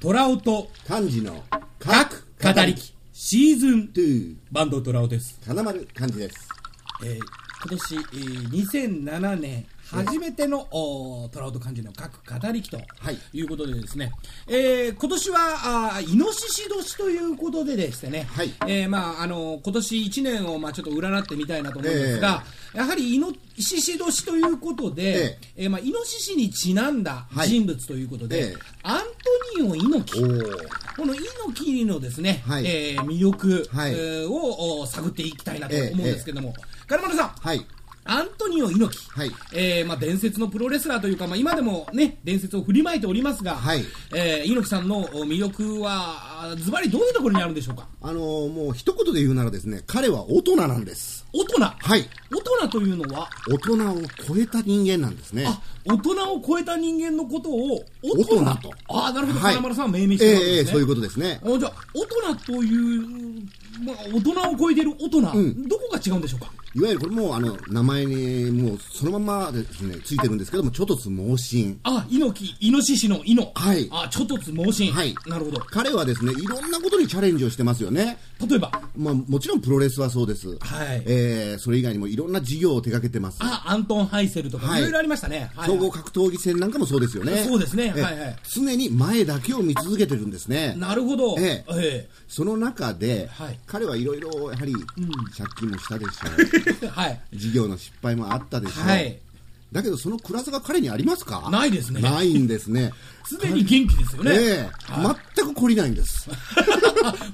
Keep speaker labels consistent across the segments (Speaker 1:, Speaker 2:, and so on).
Speaker 1: トラオと
Speaker 2: 漢字の
Speaker 1: 各語りきシーズン
Speaker 2: トゥ
Speaker 1: バンドトラオです、
Speaker 2: 金丸漢字です
Speaker 1: えー今年、えー2007年初めての、おートラオと漢字の各語りきと
Speaker 2: はい
Speaker 1: いうことでですね、えー今年はあーイノシシ年ということでですね、
Speaker 2: はい
Speaker 1: えーまああの今年1年をまあちょっと占ってみたいなと思うんですが、やはりイノシシ年ということで
Speaker 2: え、
Speaker 1: えーまあ、イノシシにちなんだ
Speaker 2: はい
Speaker 1: 人物ということで、
Speaker 2: ええ
Speaker 1: アントニオ猪木
Speaker 2: お
Speaker 1: この猪木のですね、
Speaker 2: はい
Speaker 1: えー魅力、
Speaker 2: はい
Speaker 1: えーをお探っていきたいなと
Speaker 2: ええ
Speaker 1: 思うんですけども、金丸さん、
Speaker 2: はい
Speaker 1: アントニオ猪木、
Speaker 2: はい
Speaker 1: えーまあ、伝説のプロレスラーというか、まあ、今でも、ね、伝説を振りまいておりますが、
Speaker 2: はい
Speaker 1: えー猪木さんのお魅力はあズバリどういうところにあるんでしょうか
Speaker 2: あのーもう一言で言うならですね彼は大人なんです
Speaker 1: 大人、
Speaker 2: はい
Speaker 1: 大人というのは、
Speaker 2: 大人を超えた人間なんですね
Speaker 1: あ大人を超えた人間のことを大
Speaker 2: 大
Speaker 1: 人
Speaker 2: 人と
Speaker 1: あーなるほど、
Speaker 2: はい
Speaker 1: 金丸さんは命名して
Speaker 2: え
Speaker 1: る
Speaker 2: え
Speaker 1: わけ
Speaker 2: ええ
Speaker 1: ですね、
Speaker 2: そういうことですね
Speaker 1: あじゃあ大人という、まあ、大人を超えている大人、
Speaker 2: ん
Speaker 1: どこが違うんでしょうか
Speaker 2: いわゆるこれもうあの名前にもうそのままですねついてるんですけども猪突猛進
Speaker 1: あ猪木イノシシのイノ
Speaker 2: はい
Speaker 1: あちょっとつ猛進
Speaker 2: はい
Speaker 1: なるほど
Speaker 2: 彼はですねいろんなことにチャレンジをしてますよね
Speaker 1: 例えば
Speaker 2: まあ、もちろんプロレスはそうです、
Speaker 1: はい
Speaker 2: えーそれ以外にもいろんな事業を手掛けてます、
Speaker 1: あアントン・ハイセルとか、、
Speaker 2: はいい
Speaker 1: ろいろありましたね、はい
Speaker 2: 総合格闘技戦なんかもそうですよね、
Speaker 1: そうですね
Speaker 2: えー
Speaker 1: はいはい
Speaker 2: 常に前だけを見続けてるんですね、
Speaker 1: なるほど、
Speaker 2: ええ
Speaker 1: え
Speaker 2: その中で、
Speaker 1: はい
Speaker 2: 彼はいろいろやはり借金もしたでしょ
Speaker 1: え
Speaker 2: う、
Speaker 1: はい
Speaker 2: 事業の失敗もあったでしょう、
Speaker 1: はい
Speaker 2: だけどその暗さが彼にありますか
Speaker 1: ないですね
Speaker 2: ないんですね、
Speaker 1: 常に元気 ですよね、
Speaker 2: ええ
Speaker 1: はい
Speaker 2: 全く懲りないんです、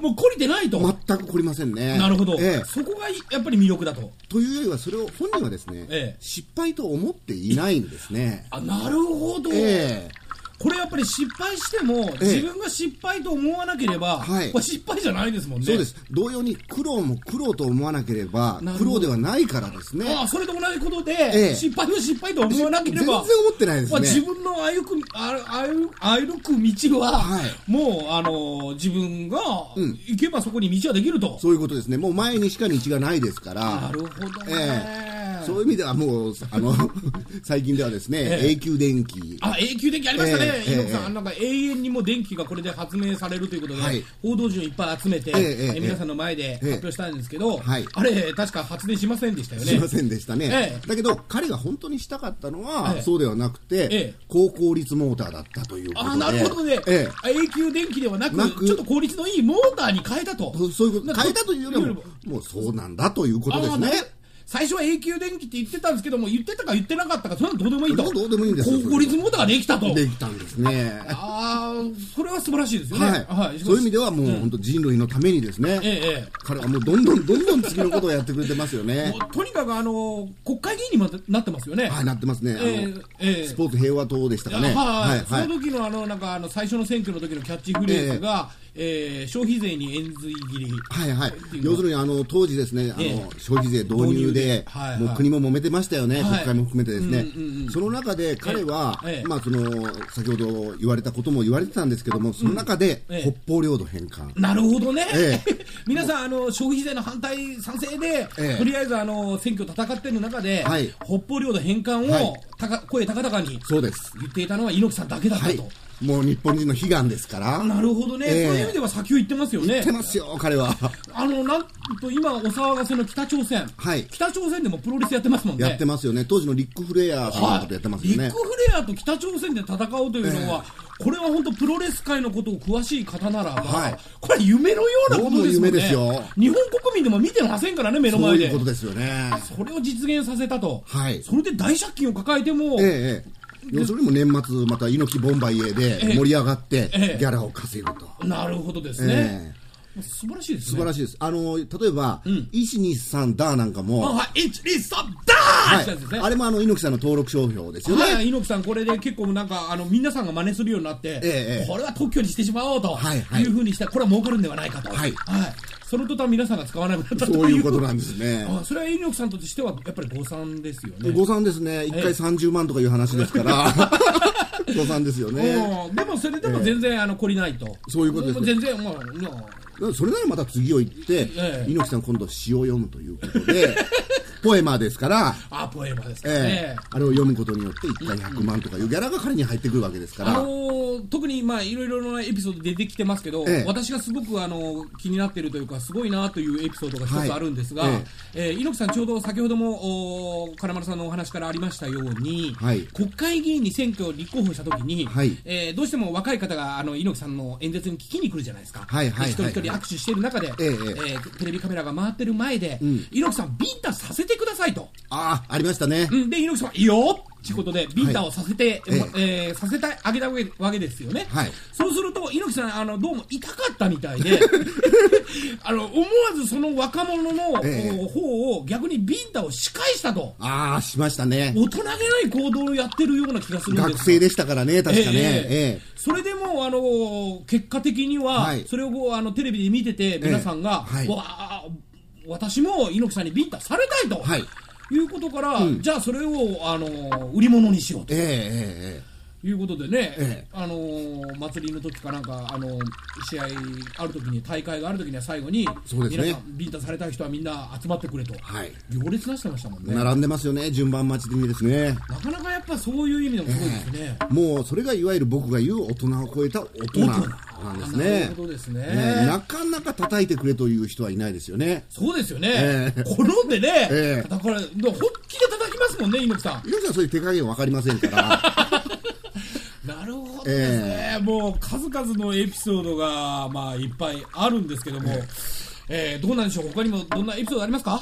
Speaker 1: もう懲りてないと、
Speaker 2: 全く懲りませんね。
Speaker 1: なるほど、
Speaker 2: ええ
Speaker 1: そこがやっぱり魅力だと
Speaker 2: というよりはそれを本人はですね、
Speaker 1: ええ
Speaker 2: 失敗と思っていないんですね。
Speaker 1: あなるほど、
Speaker 2: ええ
Speaker 1: これやっぱり失敗しても、
Speaker 2: ええ
Speaker 1: 自分が失敗と思わなければ、
Speaker 2: はい
Speaker 1: これ失敗じゃないですもんね
Speaker 2: そうです同様に苦労も苦労と思わなければ
Speaker 1: なるほ
Speaker 2: 苦
Speaker 1: ど
Speaker 2: 労ではないからですね
Speaker 1: ああそれと同じことで、
Speaker 2: え
Speaker 1: 失敗は失敗と思わなければ
Speaker 2: 全然思ってないです
Speaker 1: ま
Speaker 2: ね
Speaker 1: あ、自分の歩くあ歩歩く道は、
Speaker 2: はい
Speaker 1: もうあのー自分が行けばそこに道はできると、
Speaker 2: そういうことですねもう前にしか道がないですから
Speaker 1: なるほどね、
Speaker 2: ええそういう意味ではもうあの最近ではですね、
Speaker 1: ええ
Speaker 2: 永久電気
Speaker 1: あ永久電気ありましたね、
Speaker 2: ええ
Speaker 1: 猪木さん、
Speaker 2: ええ
Speaker 1: あのなんか永遠にもう電気がこれで発明されるということで、
Speaker 2: はい
Speaker 1: 報道陣をいっぱい集めて、
Speaker 2: ええええ
Speaker 1: 皆さんの前で発表したんですけど、
Speaker 2: はい
Speaker 1: あれ、確か発電しませんでしたよね。
Speaker 2: しませんでしたね、
Speaker 1: ええ
Speaker 2: だけど彼が本当にしたかったのは、
Speaker 1: ええ
Speaker 2: そうではなくて、
Speaker 1: ええ
Speaker 2: 高効率モーターだったということで
Speaker 1: あなるほどね、
Speaker 2: ええ
Speaker 1: あ永久電気ではなく
Speaker 2: なく
Speaker 1: ちょっと効率のいいモーターに変えたと
Speaker 2: そうそういうこ
Speaker 1: な
Speaker 2: と変えたというよりはもうもうそうなんだということですね
Speaker 1: あー最初は永久電気って言ってたんですけども言ってたか言ってなかったかそれはどうでもいいと
Speaker 2: どうでもいいんですよ
Speaker 1: 高効率モーターができたと
Speaker 2: できたんですね
Speaker 1: ああそれは素晴らしいですよね、
Speaker 2: はい、そういう意味ではもう本当人類のためにですね、
Speaker 1: ええええ
Speaker 2: 彼はもうどんどんどんどん次のことをやってくれてますよね
Speaker 1: も。うとにかくあの国会議員にもなってますよね、
Speaker 2: はい、なってますね。あの
Speaker 1: ええええ
Speaker 2: スポーツ平和党でしたか
Speaker 1: い
Speaker 2: ね。
Speaker 1: やはい
Speaker 2: はい、は
Speaker 1: そ
Speaker 2: い
Speaker 1: の。時のあのなんかあの最初の選挙の時のキャッチフレーズが、えー消費税に円髄切り、
Speaker 2: はいはい
Speaker 1: ていうのは
Speaker 2: 要するにあの当時ですね、あの
Speaker 1: ええ
Speaker 2: 消費税導入
Speaker 1: 導入で
Speaker 2: で、
Speaker 1: はいはい
Speaker 2: もう国も揉めてましたよね、
Speaker 1: はい
Speaker 2: 国会も含めてですね、
Speaker 1: うんうんうん
Speaker 2: その中で彼は、
Speaker 1: ええ
Speaker 2: まあ、その先ほど言われたことも言われてたんですけども、その中で、
Speaker 1: ええ
Speaker 2: 北方領土返還、
Speaker 1: なるほどね、
Speaker 2: え
Speaker 1: 皆さんあの、消費税の反対、賛成で、
Speaker 2: ええ
Speaker 1: とりあえずあの選挙戦ってる中で、
Speaker 2: はい
Speaker 1: 北方領土返還を、
Speaker 2: はい
Speaker 1: たか声高々に
Speaker 2: そうです、
Speaker 1: 言っていたのは猪木さんだけだった
Speaker 2: はい
Speaker 1: と、、
Speaker 2: もう日本人の悲願ですから、
Speaker 1: なるほどね、
Speaker 2: ええ
Speaker 1: そういう意味では先を言ってますよ
Speaker 2: 言
Speaker 1: ね
Speaker 2: って。ますよ、彼は。
Speaker 1: あのなんと今、お騒がせの北朝鮮、
Speaker 2: はい
Speaker 1: 北朝鮮でもプロレスやってますもんね。
Speaker 2: やってますよね、当時のリック・フレアさんのことやってます
Speaker 1: ビ
Speaker 2: よ
Speaker 1: ッ
Speaker 2: ね
Speaker 1: グ。フレアと北朝鮮で戦うというのは、これは本当プロレス界のことを詳しい方ならば、
Speaker 2: はい
Speaker 1: これ夢のようなことですよね
Speaker 2: どうも夢ですよ
Speaker 1: 日本国民でも見てませんからね目の
Speaker 2: そう
Speaker 1: 前
Speaker 2: い
Speaker 1: で
Speaker 2: うことですよね。
Speaker 1: それを実現させたと、
Speaker 2: はい
Speaker 1: それで大借金を抱えても、
Speaker 2: ええええ要するにもう年末、また猪木ボンバイエで
Speaker 1: ええ
Speaker 2: 盛り上がって、ギ
Speaker 1: ええ
Speaker 2: ャラを稼ぐと。
Speaker 1: なるほどですね
Speaker 2: え、
Speaker 1: 素晴らしいです
Speaker 2: 素
Speaker 1: ね
Speaker 2: 晴らしいです。あの、例えば、123ダーなんかも、
Speaker 1: あ
Speaker 2: は
Speaker 1: はい123ダーンっ
Speaker 2: い
Speaker 1: てやつですね、
Speaker 2: あれもあの猪木さんの登録商標ですよ
Speaker 1: はい
Speaker 2: ね。
Speaker 1: 猪木さん、これで結構なんかあの皆さんが真似するようになって、
Speaker 2: ええ
Speaker 1: これは特許にしてしまおうと
Speaker 2: はいはいいう
Speaker 1: ふうにした、これは儲かるんではないかと、
Speaker 2: はい
Speaker 1: その途端皆さんが使わなくなったと
Speaker 2: そういうことなんです ね。
Speaker 1: あそれは猪木さんとしてはやっぱり誤算ですよね。
Speaker 2: 誤算ですね。一回30万とかいう話ですから、 誤算ですよね。
Speaker 1: うんでもそれでも全然、あの懲りないと。
Speaker 2: そういうことですね
Speaker 1: 全然もう、もう
Speaker 2: それならまた次を言って、
Speaker 1: ええ
Speaker 2: 猪木さん今度詩を読むということで、ポエマーですから、
Speaker 1: あ、ポエマですか
Speaker 2: ええ
Speaker 1: ね。
Speaker 2: あれを読むことによって1回100万とかいうギャラが彼に入ってくるわけですか
Speaker 1: あ
Speaker 2: ら、
Speaker 1: のー特にまあいろいろなエピソード出てきてますけど、
Speaker 2: ええ
Speaker 1: 私がすごくあの気になっているというかすごいなというエピソードが一
Speaker 2: はい
Speaker 1: つあるんですが、
Speaker 2: え
Speaker 1: えー猪木さんちょうど先ほどもおー金丸さんのお話からありましたように、
Speaker 2: はい
Speaker 1: 国会議員に選挙を立候補した時に、
Speaker 2: はい
Speaker 1: えーどうしても若い方があの猪木さんの演説に聞きに来るじゃないですか、
Speaker 2: はいはいはい
Speaker 1: 一人一人握手している中で、
Speaker 2: えええ
Speaker 1: ーテレビカメラが回ってる前で、
Speaker 2: ん
Speaker 1: 猪木さんビンタさせてくださいと。
Speaker 2: ああ、ありましたね。
Speaker 1: うん、で、猪木さんは、いいよっていうことで、ビンタをさせて、
Speaker 2: はい
Speaker 1: もえーさせてあげたわけですよね。
Speaker 2: はい
Speaker 1: そうすると、猪木さん、あの、どうも痛かったみたいで、 あの、思わずその若者の、
Speaker 2: ええ
Speaker 1: こう方を逆にビンタを仕返したと、
Speaker 2: ああ、しましたね。
Speaker 1: 大人げない行動をやってるような気がするんですが
Speaker 2: 学生でしたからね、確
Speaker 1: ええ
Speaker 2: かね。
Speaker 1: え
Speaker 2: え
Speaker 1: えそれでもうあのー結果的には、
Speaker 2: はい
Speaker 1: それをこうあのテレビで見てて、皆さんが、
Speaker 2: はい
Speaker 1: わあ私も猪木さんにビンタされたいと、
Speaker 2: はいい、
Speaker 1: うことから、じゃあそれをあのー売り物にしよう
Speaker 2: ええ
Speaker 1: と
Speaker 2: えええ
Speaker 1: いうことでね、
Speaker 2: ええ
Speaker 1: あのー祭りの時かなんか、あのー試合ある時に、大会がある時には最後に、
Speaker 2: そうですね
Speaker 1: 皆さん、ビンタされたい人はみんな集まってくれと、
Speaker 2: はい
Speaker 1: 行列出してましたもんね。な
Speaker 2: 並んでますよね、順番待ちでですね。
Speaker 1: かなかやっぱそういう意味でもすごいですね。
Speaker 2: もうそれがいわゆる僕が言う大人を超えた大人なんです
Speaker 1: な
Speaker 2: ね
Speaker 1: る。ほどですね
Speaker 2: ええなかなか叩いてくれという人はいないですよね。
Speaker 1: そうですよね、
Speaker 2: ええ
Speaker 1: 好んでね、
Speaker 2: ええ
Speaker 1: だから本気で叩きますもんね、猪木さん。
Speaker 2: よしはそういう手加減わかりませ んから。
Speaker 1: なるほどですね、もう数々のエピソードが、まあ、いっぱいあるんですけども、えーどうなんでしょう、他にもどんなエピソードありますか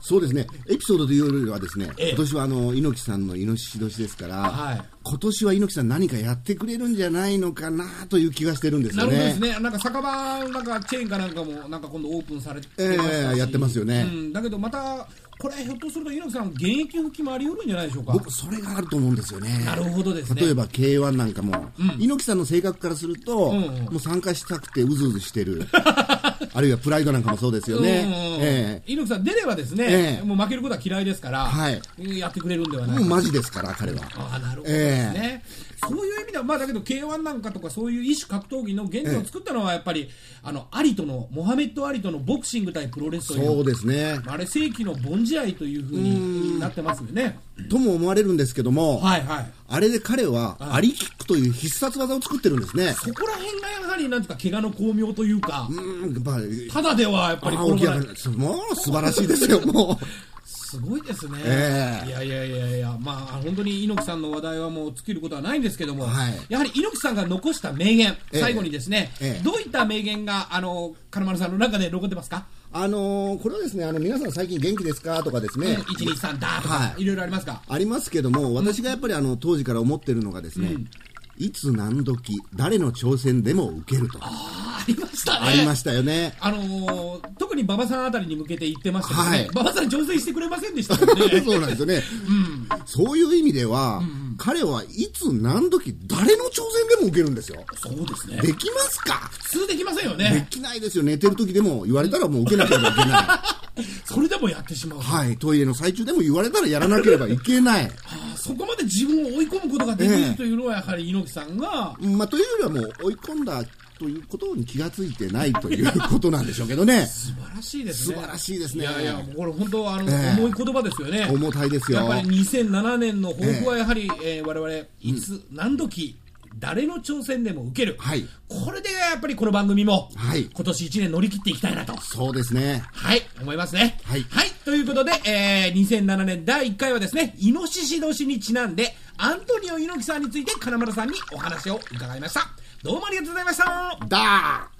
Speaker 2: そうですね。エピソードというよりはですね、
Speaker 1: ええ
Speaker 2: 今年はあの、猪木さんの猪年ですから、
Speaker 1: はい
Speaker 2: 今年は猪木さん何かやってくれるんじゃないのかなという気がしてるんです
Speaker 1: な
Speaker 2: よ
Speaker 1: る
Speaker 2: ね。
Speaker 1: ほどですね、なんか酒場、なんかチェーンかなんかも、なんか今度オープンされてま
Speaker 2: ええ
Speaker 1: したし
Speaker 2: やってますよね
Speaker 1: うん、だけどまた、これ、ひょっとすると猪木さん、現役復帰もあり得るんじゃないでしょうか。
Speaker 2: 僕、それがあると思うんですよね。
Speaker 1: なるほどですね
Speaker 2: 例えば K1 なんかも、猪木さんの性格からすると、
Speaker 1: んうん
Speaker 2: もう参加したくてうずうずしてる。 あるいはプライドなんかもそうですよね。
Speaker 1: うん
Speaker 2: え
Speaker 1: 猪木さん、出ればですね、
Speaker 2: ええ
Speaker 1: もう負けることは嫌いですから、
Speaker 2: はい
Speaker 1: やってくれるんでは
Speaker 2: え
Speaker 1: ない
Speaker 2: もう
Speaker 1: か
Speaker 2: マジですから、彼は。
Speaker 1: ああなるほどですね、そういう意味では、まあ、だけど k 1なんかとかそういう異種格闘技の原点を作ったのはやっぱり、あのアリとのモハメッド・アリとのボクシング対プロレスとい
Speaker 2: そううですね。
Speaker 1: あれ世紀の凡試合というふうになってますよね。
Speaker 2: とも思われるんですけども、
Speaker 1: はいはい
Speaker 2: あれで彼は、
Speaker 1: はい
Speaker 2: アリキックという必殺技を作ってるんですね。
Speaker 1: そこら辺がやはりなんていうか怪我の巧妙というか、
Speaker 2: うん、やっぱり、
Speaker 1: ただではやっぱり
Speaker 2: 青木
Speaker 1: 転ば
Speaker 2: が
Speaker 1: ない
Speaker 2: もう素晴らしいですよ、もう。
Speaker 1: すごいですね、
Speaker 2: ええ
Speaker 1: いやいやいやいや、まあ、本当に猪木さんの話題はもう尽きることはないんですけども、
Speaker 2: はい
Speaker 1: やはり猪木さんが残した名言、
Speaker 2: ええ
Speaker 1: 最後にですね、
Speaker 2: ええ
Speaker 1: どういった名言が、あの金丸さんの中で残ってますか、
Speaker 2: あのーこれはですね、あの、皆さん最近元気ですかとかですね、
Speaker 1: 1、2、3だとか、、
Speaker 2: はい
Speaker 1: ろいろありますか、
Speaker 2: ありますけども、私がやっぱりあの当時から思ってるのがですね、いつ何時誰の挑戦でも受けると、あ
Speaker 1: あありましたね。
Speaker 2: りましたよね。
Speaker 1: あのー特に馬場さんあたりに向けて言ってましたけど、
Speaker 2: は
Speaker 1: ね
Speaker 2: い
Speaker 1: 馬場さん、挑戦してくれませんでしたもんね。
Speaker 2: そうなんですよね、そういう意味では、彼はいつ何時誰の挑戦でも受けるんですよ。
Speaker 1: そうですね。
Speaker 2: できますか
Speaker 1: 普通できませんよ
Speaker 2: で
Speaker 1: ね。
Speaker 2: きないですよ。寝てる時でも言われたらもう受けなければいけない。
Speaker 1: それでもやってしまう。
Speaker 2: はい。トイレの最中でも言われたらやらなければいけない。
Speaker 1: あーそこまで自分を追い込むことができ
Speaker 2: え
Speaker 1: る
Speaker 2: え
Speaker 1: というのは、やはり猪木さんが、
Speaker 2: まあ、というよりはもう追い込んだということに気がついてないということなんでしょうけど ね。
Speaker 1: 素晴らしいですね。
Speaker 2: 素晴らしいですね
Speaker 1: いやいや、もうこれ本当、あの、
Speaker 2: ええ
Speaker 1: 重い言葉ですよね。
Speaker 2: 重たいですよ
Speaker 1: やっぱり2007年の抱負はやはり、えー我々、いつ、何時、誰の挑戦でも受ける。
Speaker 2: はい
Speaker 1: これでやっぱりこの番組も、
Speaker 2: はい
Speaker 1: 今年1年乗り切っていきたいなと。
Speaker 2: そうですね。
Speaker 1: はい、思いますね。
Speaker 2: はい
Speaker 1: ということで、えー、2007年第1回はですね、イノシシ年にちなんで、アントニオ猪木さんについて金丸さんにお話を伺いました。どうもありがとうございました。
Speaker 2: だー